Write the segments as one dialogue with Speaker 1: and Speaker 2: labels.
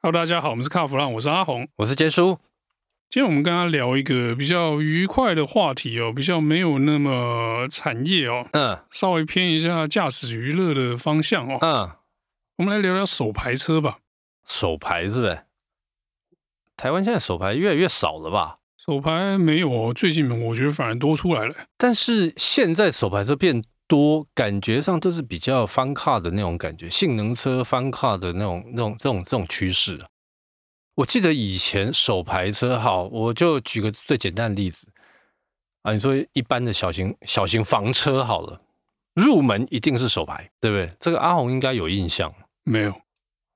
Speaker 1: Hello，大家好，我们是卡弗朗，我是阿红。
Speaker 2: 我是杰叔。
Speaker 1: 今天我们跟他聊一个比较愉快的话题哦，比较没有那么产业哦，
Speaker 2: 嗯
Speaker 1: 稍微偏一下驾驶娱乐的方向哦。
Speaker 2: 嗯，
Speaker 1: 我们来聊聊手排车吧。
Speaker 2: 手牌是呗？台湾现在手牌越来越少了吧？
Speaker 1: 手排没有哦，最近我觉得反而多出来了。
Speaker 2: 但是现在手牌车变多，感觉上都是比较翻卡的那种感觉，性能车翻卡的那种、那种、这种、这种趋势。啊我记得以前手牌车，好，我就举个最简单的例子啊，你说一般的小型小型房车好了，入门一定是手牌，对不对？这个阿红应该有印象。
Speaker 1: 没有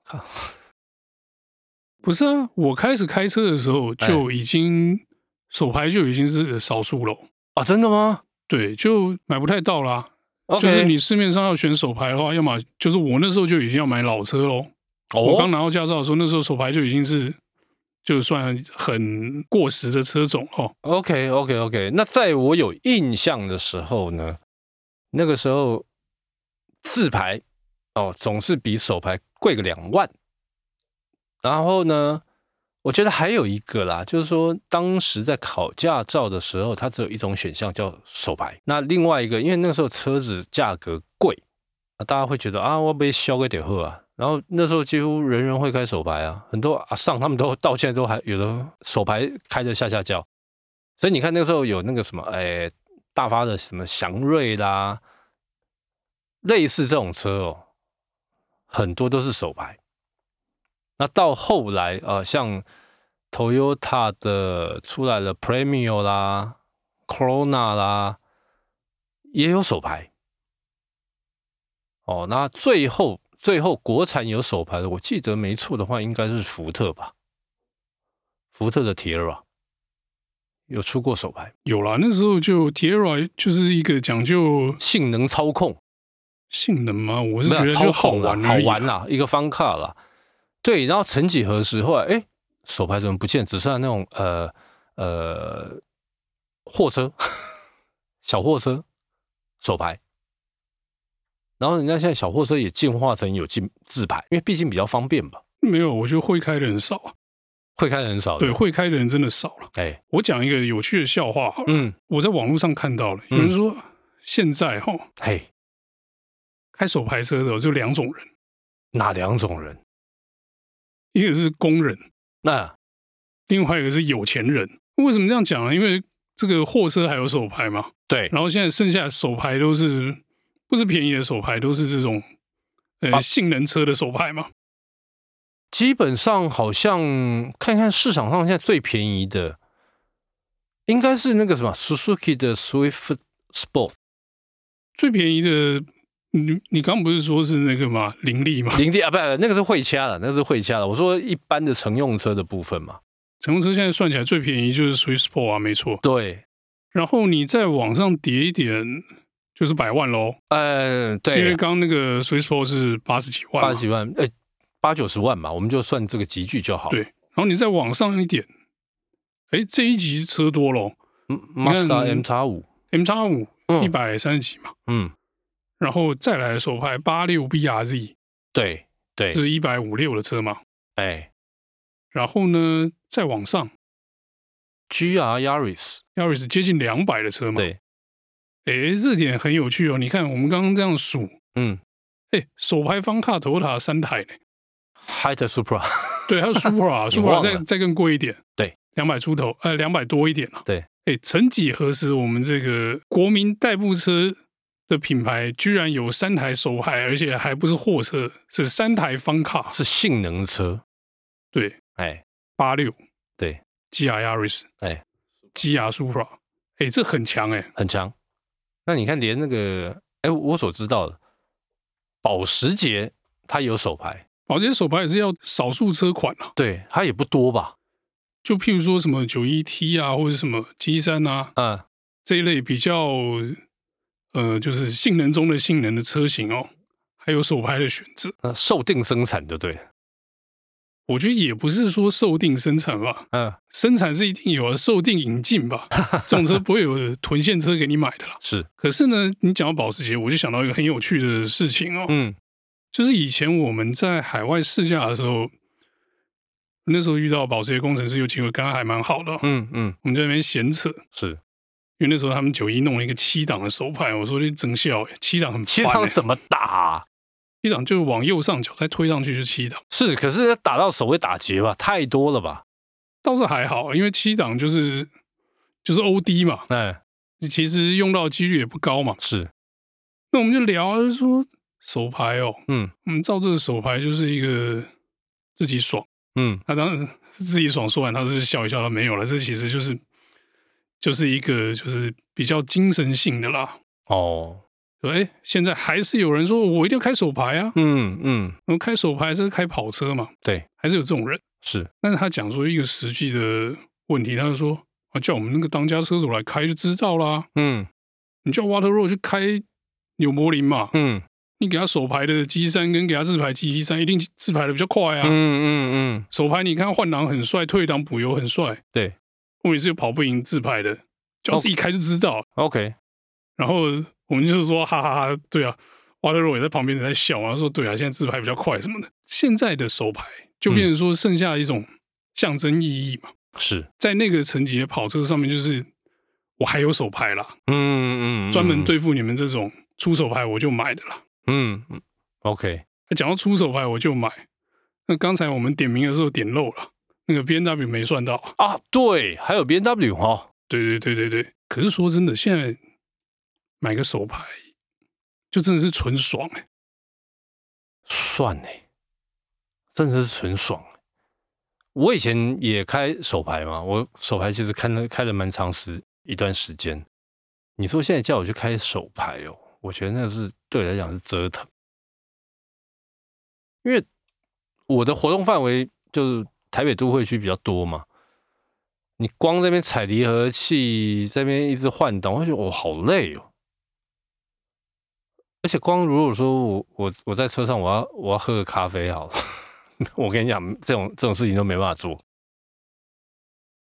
Speaker 2: 靠，
Speaker 1: 不是啊，我开始开车的时候
Speaker 2: 哎
Speaker 1: 就已经、手排就已经是少数了哦，
Speaker 2: 哦，真的吗
Speaker 1: 对，就买不太到啦。
Speaker 2: ？OK，
Speaker 1: 就是你市面上要选手牌的话，要么就是我那时候就已经要买老车喽。哦
Speaker 2: 哦
Speaker 1: 我刚拿到驾照的时候，那时候手牌就已经是就算很过时的车种哦。
Speaker 2: OK OK OK，那在我有印象的时候呢，那个时候自牌哦总是比手牌贵个两万。然后呢，我觉得还有一个啦，就是说当时在考驾照的时候，它只有一种选项叫手牌。那另外一个，因为那时候车子价格贵，啊，大家会觉得啊，我被削给点喝啊。然后那时候几乎人人会开手牌啊，很多啊上他们都到现在都还有的手牌开的下下叫。所以你看那个时候有那个什么，哎，大发的什么祥瑞啦，类似这种车哦，很多都是手牌。那到后来啊、呃像 Toyota 的出来了 Premio 啦、Corona 啦，也有手牌。哦，那最后最后国产有手牌的，我记得没错的话，应该是福特吧？福特的 Tierra 有出过手牌，
Speaker 1: 有啦，那时候就 Tierra 就是一个讲究
Speaker 2: 性能操控，
Speaker 1: 性能嘛，我是
Speaker 2: 没
Speaker 1: 觉
Speaker 2: 有
Speaker 1: 得
Speaker 2: 操
Speaker 1: 就好
Speaker 2: 控
Speaker 1: 玩
Speaker 2: 啦好
Speaker 1: 而已啊
Speaker 2: 玩啦，一个方卡啦。对，然后曾几何时，后来哎，手牌怎么不见？只剩下那种呃呃货车， 小货车手牌。然后人家现在小货车也进化成有进自牌，因为毕竟比较方便吧，
Speaker 1: 没有，我觉得会开的人少啊，
Speaker 2: 会开的很少的。
Speaker 1: 对，会开的人真的少了。
Speaker 2: 哎，
Speaker 1: 我讲一个有趣的笑话好了，
Speaker 2: 嗯，
Speaker 1: 我在网络上看到了，有
Speaker 2: 嗯
Speaker 1: 人说现在哈、
Speaker 2: 嘿，
Speaker 1: 开手排车的哦就两种人，
Speaker 2: 哪两种人？
Speaker 1: 一个是工人，
Speaker 2: 那
Speaker 1: 另外一个是有钱人。为什么这样讲呢？因为这个货车还有手牌嘛，
Speaker 2: 对
Speaker 1: 然后现在剩下的手牌都是不是便宜的手牌，都是这种呃
Speaker 2: 啊
Speaker 1: 性能车的手牌嘛。
Speaker 2: 基本上好像看看市场上现在最便宜的，应该是那个什么 Suzuki 的 Swift Sport
Speaker 1: 最便宜的，你你刚不是说是那个嘛，林立嘛？
Speaker 2: 零 D 啊，不，那个是会掐的，那个是会掐的。我说一般的乘用车的部分嘛，
Speaker 1: 乘用车现在算起来最便宜就是 Swiss p o r t 啊，没错。
Speaker 2: 对，
Speaker 1: 然后你再往上叠一点，就是百万喽，
Speaker 2: 嗯、
Speaker 1: 因为
Speaker 2: 对，
Speaker 1: 刚刚那个 Swiss p o r t 是八十几万嘛，
Speaker 2: 八十几万，呃、八九十万嘛，我们就算这个集聚就好。
Speaker 1: 对。然后你再往上一点，哎，这一级车多喽
Speaker 2: 嗯
Speaker 1: 看
Speaker 2: ，Mazda M 叉五，
Speaker 1: ，M 叉五一
Speaker 2: 嗯
Speaker 1: 百三十几嘛，
Speaker 2: 嗯，
Speaker 1: 然后再来手牌八六 BRZ
Speaker 2: 对对
Speaker 1: 就，是一百五六的车嘛。
Speaker 2: 哎
Speaker 1: 然后呢，再往上
Speaker 2: ，GR Yaris，
Speaker 1: ，Yaris 接近两百的车嘛。
Speaker 2: 对，
Speaker 1: 诶，这点很有趣哦。你看，我们刚刚这样数，
Speaker 2: 嗯
Speaker 1: 诶，首排方卡头塔三台呢，
Speaker 2: h i t e Supra，
Speaker 1: 对， 还有
Speaker 2: 你忘
Speaker 1: Supra，Supra
Speaker 2: 了
Speaker 1: 再再更贵一点，
Speaker 2: 对，
Speaker 1: 两百出头，呃，两百多一点啊。
Speaker 2: 对，
Speaker 1: 诶，曾几何时，我们这个国民代步车的品牌居然有三台首排，而且还不是货车，是三台方卡，
Speaker 2: 是性能车，
Speaker 1: 对，
Speaker 2: 哎，
Speaker 1: 八六，
Speaker 2: 对
Speaker 1: ，GR Yaris，
Speaker 2: 哎
Speaker 1: ，GR Supra，诶，这很强诶。
Speaker 2: 很强。那你看，连那个，哎，我所知道的，保时捷它有手牌，
Speaker 1: 保时捷手牌也是要少数车款啊，
Speaker 2: 对，它也不多吧？
Speaker 1: 就譬如说什么九一 T 啊，或者什么 G 三啊
Speaker 2: 嗯，
Speaker 1: 这一类比较呃，就是性能中的性能的车型哦，还有手牌的选择，
Speaker 2: 那受定生产就对了，
Speaker 1: 我觉得也不是说受定生产吧，
Speaker 2: 嗯，
Speaker 1: 生产是一定有的，受定引进吧，这种车不会有囤现车给你买的啦。
Speaker 2: 是，
Speaker 1: 可是呢，你讲到保时捷，我就想到一个很有趣的事情哦，
Speaker 2: 嗯
Speaker 1: 就是以前我们在海外试驾的时候，那时候遇到保时捷工程师，有几个跟他还蛮好的哦，
Speaker 2: 嗯嗯，
Speaker 1: 我们在那边闲扯，
Speaker 2: 是
Speaker 1: 因为那时候他们九一弄了一个七档的手牌，我说这真笑，七档很
Speaker 2: 七
Speaker 1: 烦
Speaker 2: 档
Speaker 1: 欸
Speaker 2: 怎么打啊、
Speaker 1: 七档就是往右上角再推上去就七档，
Speaker 2: 是，可是打到手会打结吧？太多了吧？
Speaker 1: 倒是还好，因为七档就是就是 OD 嘛，
Speaker 2: 哎，
Speaker 1: 其实用到的几率也不高嘛。
Speaker 2: 是，
Speaker 1: 那我们就聊啊，就说手牌哦，
Speaker 2: 嗯
Speaker 1: 我们照这个手牌就是一个自己爽。
Speaker 2: 嗯，
Speaker 1: 他当然自己爽说完，他是笑一笑，他没有了。这其实就是就是一个就是比较精神性的啦。
Speaker 2: 哦，
Speaker 1: 对，现在还是有人说我一定要开手牌啊，
Speaker 2: 嗯嗯，
Speaker 1: 我开手牌这是开跑车嘛，
Speaker 2: 对，
Speaker 1: 还是有这种人。
Speaker 2: 是，
Speaker 1: 但是他讲说一个实际的问题，他就说啊，叫我们那个当家车手来开就知道啦。
Speaker 2: 嗯
Speaker 1: 你叫 Water Road 去开纽柏林嘛，
Speaker 2: 嗯
Speaker 1: 你给他手牌的 G 三跟给他自排 G 三，一定自排的比较快
Speaker 2: 嗯
Speaker 1: 啊。
Speaker 2: 嗯嗯，
Speaker 1: 手牌你看换挡很帅，退档补油很帅，
Speaker 2: 对哦
Speaker 1: 问题是又跑不赢自排的，叫他自己开就知道。
Speaker 2: ，OK，
Speaker 1: 然后我们就是说哈哈哈，对啊，瓦特罗也在旁边也在笑啊，说对啊，现在自排比较快什么的。现在的手牌就变成说剩下一种象征意义嘛，
Speaker 2: 是，
Speaker 1: 在那个层级的跑车上面，就是我还有手牌啦，
Speaker 2: 嗯嗯，
Speaker 1: 专门
Speaker 2: 嗯，
Speaker 1: 对付你们这种出手牌我就买的啦。
Speaker 2: 嗯嗯，OK，
Speaker 1: 那讲到出手牌，我就买。那刚才我们点名的时候点漏了，那个 B N W 没算到。
Speaker 2: 啊，对，还有 B N W 哦哈，
Speaker 1: 对对对对对。可是说真的，现在买个手牌，就真的是纯爽哎、
Speaker 2: 算呢，真的是纯爽。欸我以前也开手牌嘛，我手牌其实开了开了蛮长时一段时间。你说现在叫我去开手牌哦，我觉得那是对我来讲是折腾，因为我的活动范围就是台北都会区比较多嘛。你光这边踩离合器，这边一直换挡，我会觉得我、哦、好累哦。而且光如果说我我我在车上我要我要喝个咖啡好了， 我跟你讲这种这种事情都没办法做。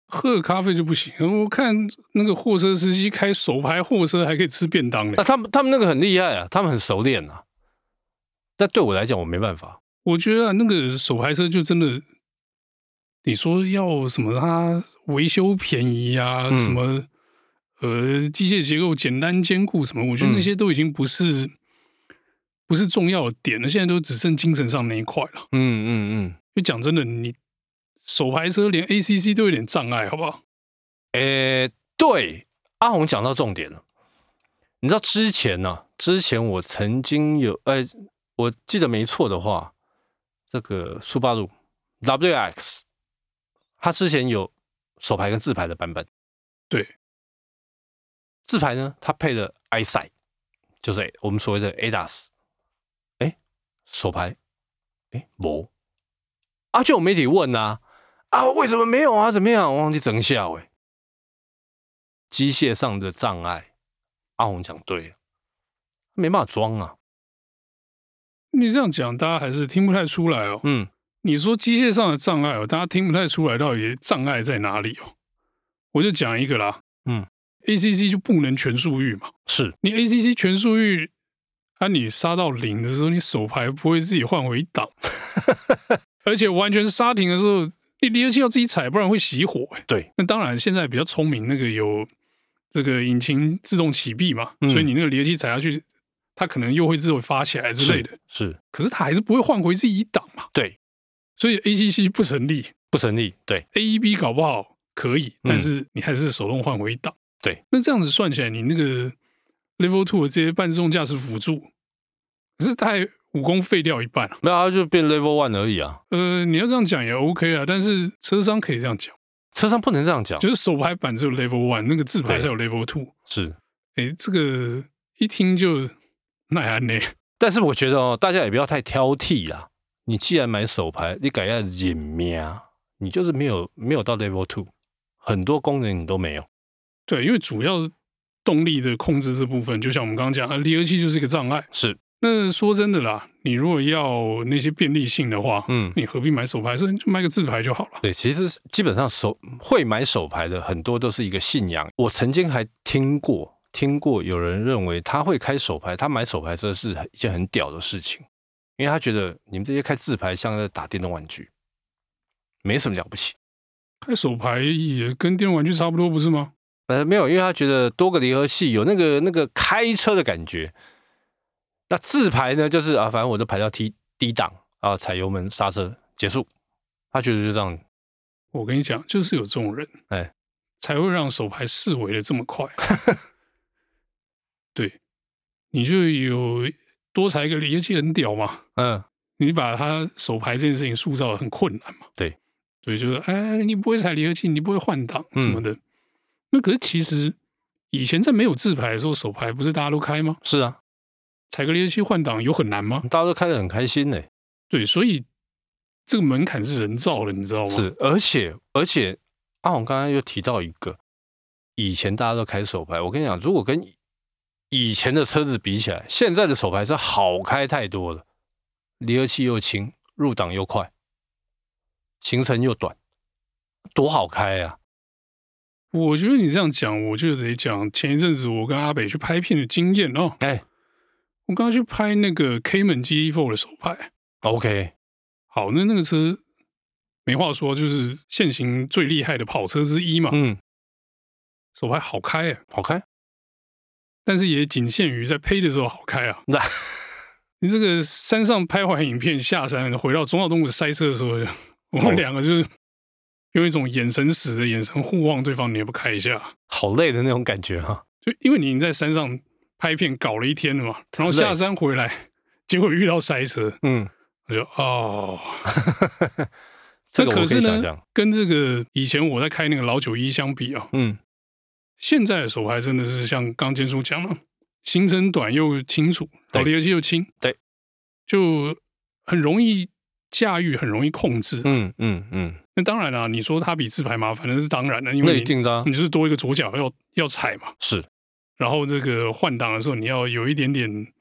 Speaker 1: 喝咖啡就不行，我看那个货车司机开手牌货车还可以吃便当呢、
Speaker 2: 那、他们他们那个很厉害啊，他们很熟练啊。但对我来讲我没办法，
Speaker 1: 我觉得、啊、那个手牌车就真的，你说要什么它维修便宜啊，
Speaker 2: 嗯
Speaker 1: 什么呃机械结构简单兼顾什么，我觉得
Speaker 2: 嗯
Speaker 1: 那些都已经不是、不是重要的点了，现在都只剩精神上那一块了。
Speaker 2: 嗯嗯
Speaker 1: 就讲真的，你手牌车连 ACC 都有点障碍，好不好？
Speaker 2: 嗯，诶、对，阿红讲到重点了。你知道之前呢、之前我曾经有，诶、我记得没错的话，这个苏巴鲁 WX，它之前有手牌跟自牌的版本。
Speaker 1: 对，
Speaker 2: 自排呢，它配了 eyesight，就是 A- 我们所谓的 ADAS。哎，手牌，哎，没。啊，就有媒体问呐、啊，为什么没有啊？怎么样？我忘记整下哎。机械上的障碍，阿红讲对了，啊没办法装啊。
Speaker 1: 你这样讲，大家还是听不太出来哦。
Speaker 2: 嗯，
Speaker 1: 你说机械上的障碍哦，大家听不太出来到底障碍在哪里哦。我就讲一个啦，
Speaker 2: 嗯
Speaker 1: ，ACC 就不能全速域嘛，
Speaker 2: 是，
Speaker 1: 你 ACC 全速域，啊，你刹到零的时候，你手牌不会自己换回 档，而且完全刹停的时候，你离合器要自己踩，不然会熄火、欸。
Speaker 2: 对，
Speaker 1: 那当然现在比较聪明，那个有这个引擎自动启闭嘛，
Speaker 2: 嗯
Speaker 1: 所以你那个离合器踩下去，它可能又会自动发起来之类的，
Speaker 2: 是
Speaker 1: 可是它还是不会换回自己档嘛。
Speaker 2: 对，
Speaker 1: 所以 ACC 不成立
Speaker 2: 不成立。对，
Speaker 1: ，AEB 搞不好可以，但是你还是手动换回一档。
Speaker 2: 嗯对，
Speaker 1: 那这样子算起来，你那个 Level Two 的这些半自动驾驶辅助，可是它也武功废掉一半啊。
Speaker 2: 没有，它就变 Level One 而已啊。
Speaker 1: 呃，你要这样讲也 OK 啊，但是车商可以这样讲，
Speaker 2: 车上不能这样讲，
Speaker 1: 就是手牌版只有 Level One，那个自排才有 Level Two。
Speaker 2: 是。
Speaker 1: 哎，这个一听就那安呢。
Speaker 2: 但是我觉得哦，大家也不要太挑剔啦。你既然买手牌，你改要忍命，啊你就是没有没有到 level two，很多功能你都没有。
Speaker 1: 对，因为主要动力的控制这部分，就像我们刚刚讲，呃离合器就是一个障碍。
Speaker 2: 是，
Speaker 1: 那说真的啦，你如果要那些便利性的话，
Speaker 2: 嗯，
Speaker 1: 你何必买手牌？所以你就买个自牌就好了。
Speaker 2: 对，其实是基本上手会买手牌的很多都是一个信仰。我曾经还听过听过有人认为他会开手牌，他买手牌车是一件很屌的事情，因为他觉得你们这些开自牌像在打电动玩具，没什么了不起。
Speaker 1: 开手牌也跟电动玩具差不多，不是吗？
Speaker 2: 呃，没有，因为他觉得多个离合器有那个那个开车的感觉。那自排呢，就是啊，反正我都排到 T 低档啊，踩油门刹车结束。他觉得就这样，
Speaker 1: 我跟你讲，就是有这种人，
Speaker 2: 哎，
Speaker 1: 才会让手牌四维的这么 快。对，你就有多踩一个离合器很屌嘛，
Speaker 2: 嗯，
Speaker 1: 你把他手牌这件事情塑造的很困难嘛。
Speaker 2: 对，
Speaker 1: 对，就是哎，你不会踩离合器，你不会换挡
Speaker 2: 嗯
Speaker 1: 什么的。那可是其实以前在没有自牌的时候，手牌不是大家都开吗？
Speaker 2: 是啊，
Speaker 1: 踩个离合器换挡有很难吗？
Speaker 2: 大家都开得很开心呢、
Speaker 1: 对，所以这个门槛是人造的，你知道吗？
Speaker 2: 是，而且而且，阿红刚刚又提到一个，以前大家都开手牌，我跟你讲，如果跟以前的车子比起来，现在的手牌车好开太多了，离合器又轻，入档又快，行程又短，多好开啊呀、
Speaker 1: 我觉得你这样讲，我就得讲前一阵子我跟阿北去拍片的经验哦。
Speaker 2: 哎
Speaker 1: 我刚刚去拍那个 K 门 G E Four 的手牌，
Speaker 2: ！OK，
Speaker 1: 好，那那个车没话说，就是现行最厉害的跑车之一嘛，
Speaker 2: 嗯，
Speaker 1: 手牌好开、啊，
Speaker 2: 好开，
Speaker 1: 但是也仅限于在拍的时候好开啊。
Speaker 2: 那
Speaker 1: 你这个山上拍完影片下山回到中澳东路塞车的时候，我
Speaker 2: 哦
Speaker 1: 们两个就是用一种眼神死的眼神互望对方，你也不开一下，
Speaker 2: 好累的那种感觉哈、
Speaker 1: 就因为你已经在山上拍片搞了一天了嘛，然后
Speaker 2: 累
Speaker 1: 下山回来，结果遇到塞车，
Speaker 2: 嗯，
Speaker 1: 我就哦，
Speaker 2: 啊这
Speaker 1: 那可
Speaker 2: 个我可以
Speaker 1: 是
Speaker 2: 想
Speaker 1: 呢
Speaker 2: 象，，
Speaker 1: 跟这个以前我在开那个老九一相比啊，
Speaker 2: 嗯，
Speaker 1: 现在的手牌真的是像刚坚叔讲了，行程短又清楚，
Speaker 2: 对
Speaker 1: 然后离合器又轻，
Speaker 2: 对，
Speaker 1: 就很容易驾驭，很容易控制。
Speaker 2: 嗯嗯嗯，
Speaker 1: 那当然啦、你说它比自排麻烦，那是当然的，因
Speaker 2: 那
Speaker 1: 为嗯你
Speaker 2: 一定的啊、
Speaker 1: 你就是多一个左脚要要踩嘛，
Speaker 2: 是，
Speaker 1: 然后这个换挡的时候你要有一点点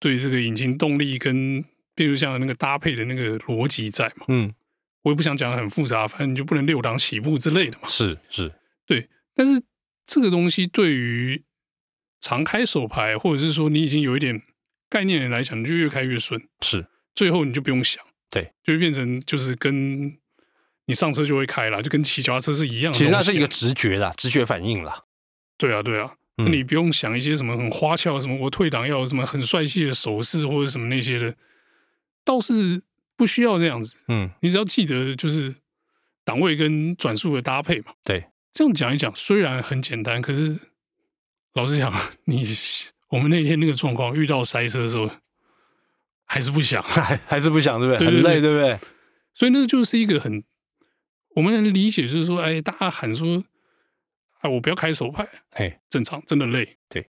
Speaker 1: 对这个引擎动力跟变速箱的那个搭配的那个逻辑在嘛。
Speaker 2: 嗯，
Speaker 1: 我也不想讲得很复杂，反正你就不能六档起步之类的嘛。
Speaker 2: 是是，
Speaker 1: 但是这个东西对于常开手牌，或者是说你已经有一点概念的来讲，你就越开越顺，
Speaker 2: 是，
Speaker 1: 最后你就不用想，
Speaker 2: 对，
Speaker 1: 就会变成就是跟你上车就会开了，就跟骑脚踏车是一样的。啊
Speaker 2: 其实那是一个，直觉啦，直觉反应啦。
Speaker 1: 对啊，对啊，
Speaker 2: 嗯
Speaker 1: 你不用想一些什么很花俏，什么我退档要有什么很帅气的手势或者什么那些的，倒是不需要这样子，
Speaker 2: 嗯，
Speaker 1: 你只要记得就是档位跟转速的搭配嘛。
Speaker 2: 对，
Speaker 1: 这样讲一讲，虽然很简单，可是老实讲， 你我们那天那个状况遇到塞车的时候，还是不想，
Speaker 2: 还还是不想，对不对？
Speaker 1: 对对对
Speaker 2: 很累，对不对？
Speaker 1: 所以那就是一个很我们能理解，就是说，哎，大家喊说，哎，我不要开手牌，
Speaker 2: 嘿，
Speaker 1: 正常，真的累。
Speaker 2: 对，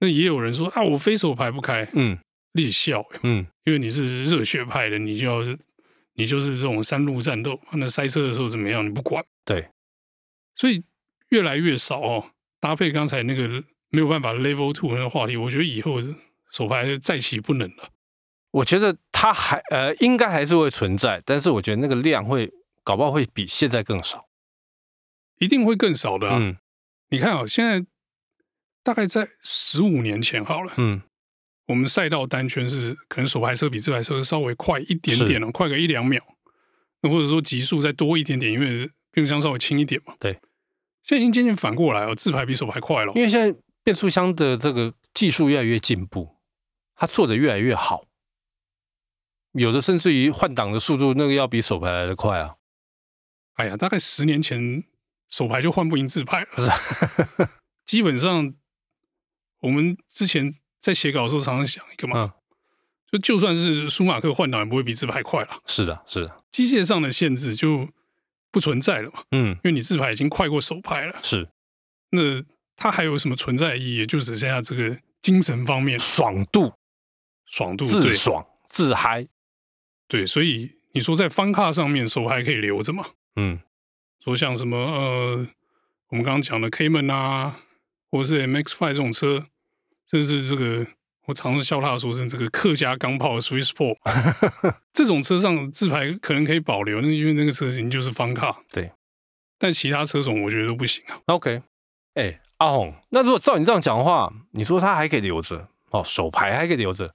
Speaker 1: 那也有人说啊，我非手牌不开，
Speaker 2: 嗯
Speaker 1: 立笑、欸
Speaker 2: 嗯，
Speaker 1: 因为你是热血派的，你就要是你就是这种山路战斗，那塞车的时候怎么样你不管。
Speaker 2: 对，
Speaker 1: 所以越来越少哦。搭配刚才那个没有办法 level two 那个话题，我觉得以后手牌再起不能了。
Speaker 2: 我觉得它还呃，应该还是会存在，但是我觉得那个量会搞不好会比现在更少。
Speaker 1: 一定会更少的、啊。
Speaker 2: 嗯
Speaker 1: 你看啊、哦，现在大概在十五年前好了，
Speaker 2: 嗯，
Speaker 1: 我们赛道单圈是可能手排车比自排车稍微快一点点哦，快个一两秒，那或者说极速再多一点点，因为变速箱稍微轻一点嘛。
Speaker 2: 对，
Speaker 1: 现在已经渐渐反过来哦，自排比手排快了哦
Speaker 2: 因。为现在变速箱的这个技术越来越进步，它做的越来越好，有的甚至于换挡的速度那个要比手排来的快啊。
Speaker 1: 哎呀，大概十年前手排就换不赢自排了，
Speaker 2: 是
Speaker 1: 基本上我们之前在写稿的时候常常想一个嘛，
Speaker 2: 嗯
Speaker 1: 就就算是舒马克换挡也不会比自排快了，
Speaker 2: 是的，是的，
Speaker 1: 机械上的限制就不存在了嘛，
Speaker 2: 嗯，
Speaker 1: 因为你自排已经快过手排了，
Speaker 2: 是
Speaker 1: 那它还有什么存在的意义？也就只剩下这个精神方面
Speaker 2: 爽度、
Speaker 1: 爽度，
Speaker 2: 自
Speaker 1: 对
Speaker 2: 爽、自嗨，
Speaker 1: 对，所以你说在方卡上面手排可以留着嘛？
Speaker 2: 嗯
Speaker 1: 说像什么呃，我们刚刚讲的 Cayman 啊，或者是 MX Five 这种车，甚至是这个我常常笑他说是这个客家钢炮的 Swiss p o r 这种车上自排可能可以保留，那因为那个车型就是方卡。
Speaker 2: 对，
Speaker 1: 但其他车种我觉得都不行啊。
Speaker 2: OK，哎、阿红，那如果照你这样讲的话，你说他还可以留着哦，手牌还可以留着，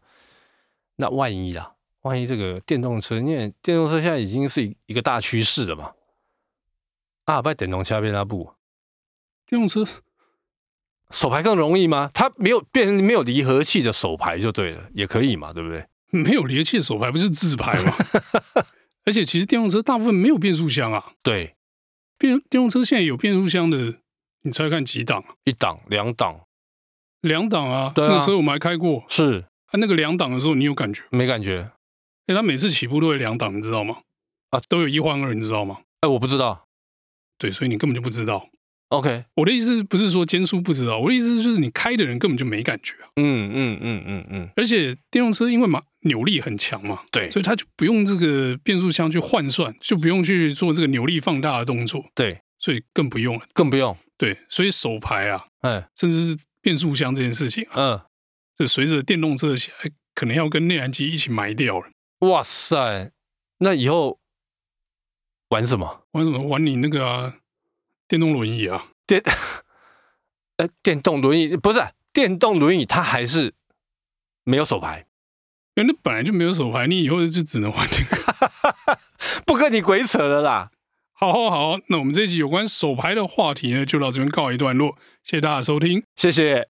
Speaker 2: 那万一啦，万一这个电动车，因为电动车现在已经是一一个大趋势了嘛，啊，拜电动车变拉布，
Speaker 1: 电动车
Speaker 2: 手排更容易吗？它没有变成没有离合器的手排就对了，也可以嘛，对不对？
Speaker 1: 没有离合器的手排不是自排吗？ 而且其实电动车大部分没有变速箱啊，
Speaker 2: 对，
Speaker 1: 变电动车现在有变速箱的，你猜看几档？啊
Speaker 2: 一档两档
Speaker 1: 两档啊，
Speaker 2: 对啊
Speaker 1: 那时候我们还开过，
Speaker 2: 是
Speaker 1: 啊，那个两档的时候你有感觉？
Speaker 2: 没感觉，
Speaker 1: 哎、它每次起步都会两档，你知道吗？
Speaker 2: 啊，
Speaker 1: 都有一换二，你知道吗？
Speaker 2: 哎，我不知道
Speaker 1: 对，所以你根本就不知道。
Speaker 2: ，OK，
Speaker 1: 我的意思不是说监叔不知道，我的意思就是你开的人根本就没感觉啊。
Speaker 2: 嗯嗯嗯嗯嗯，
Speaker 1: 而且电动车因为马扭力很强嘛，
Speaker 2: 对
Speaker 1: 所以它就不用这个变速箱去换算，就不用去做这个扭力放大的动作，
Speaker 2: 对，
Speaker 1: 所以更不用了。
Speaker 2: 更不用，
Speaker 1: 对，所以手排啊，
Speaker 2: 哎
Speaker 1: 甚至是变速箱这件事情啊，
Speaker 2: 嗯，
Speaker 1: 这随着电动车的起来，可能要跟内燃机一起埋掉了。
Speaker 2: 哇塞，那以后玩什么？
Speaker 1: 玩什么？玩你那个啊，电动轮椅啊，
Speaker 2: 电，呃，电动轮椅不是电动轮椅，它还是没有手牌，
Speaker 1: 因哎为那本来就没有手牌，你以后就只能玩这个。
Speaker 2: 不跟你鬼扯了啦。
Speaker 1: 好好好，那我们这一集有关手牌的话题呢，就到这边告一段落，谢谢大家的收听。
Speaker 2: 谢谢。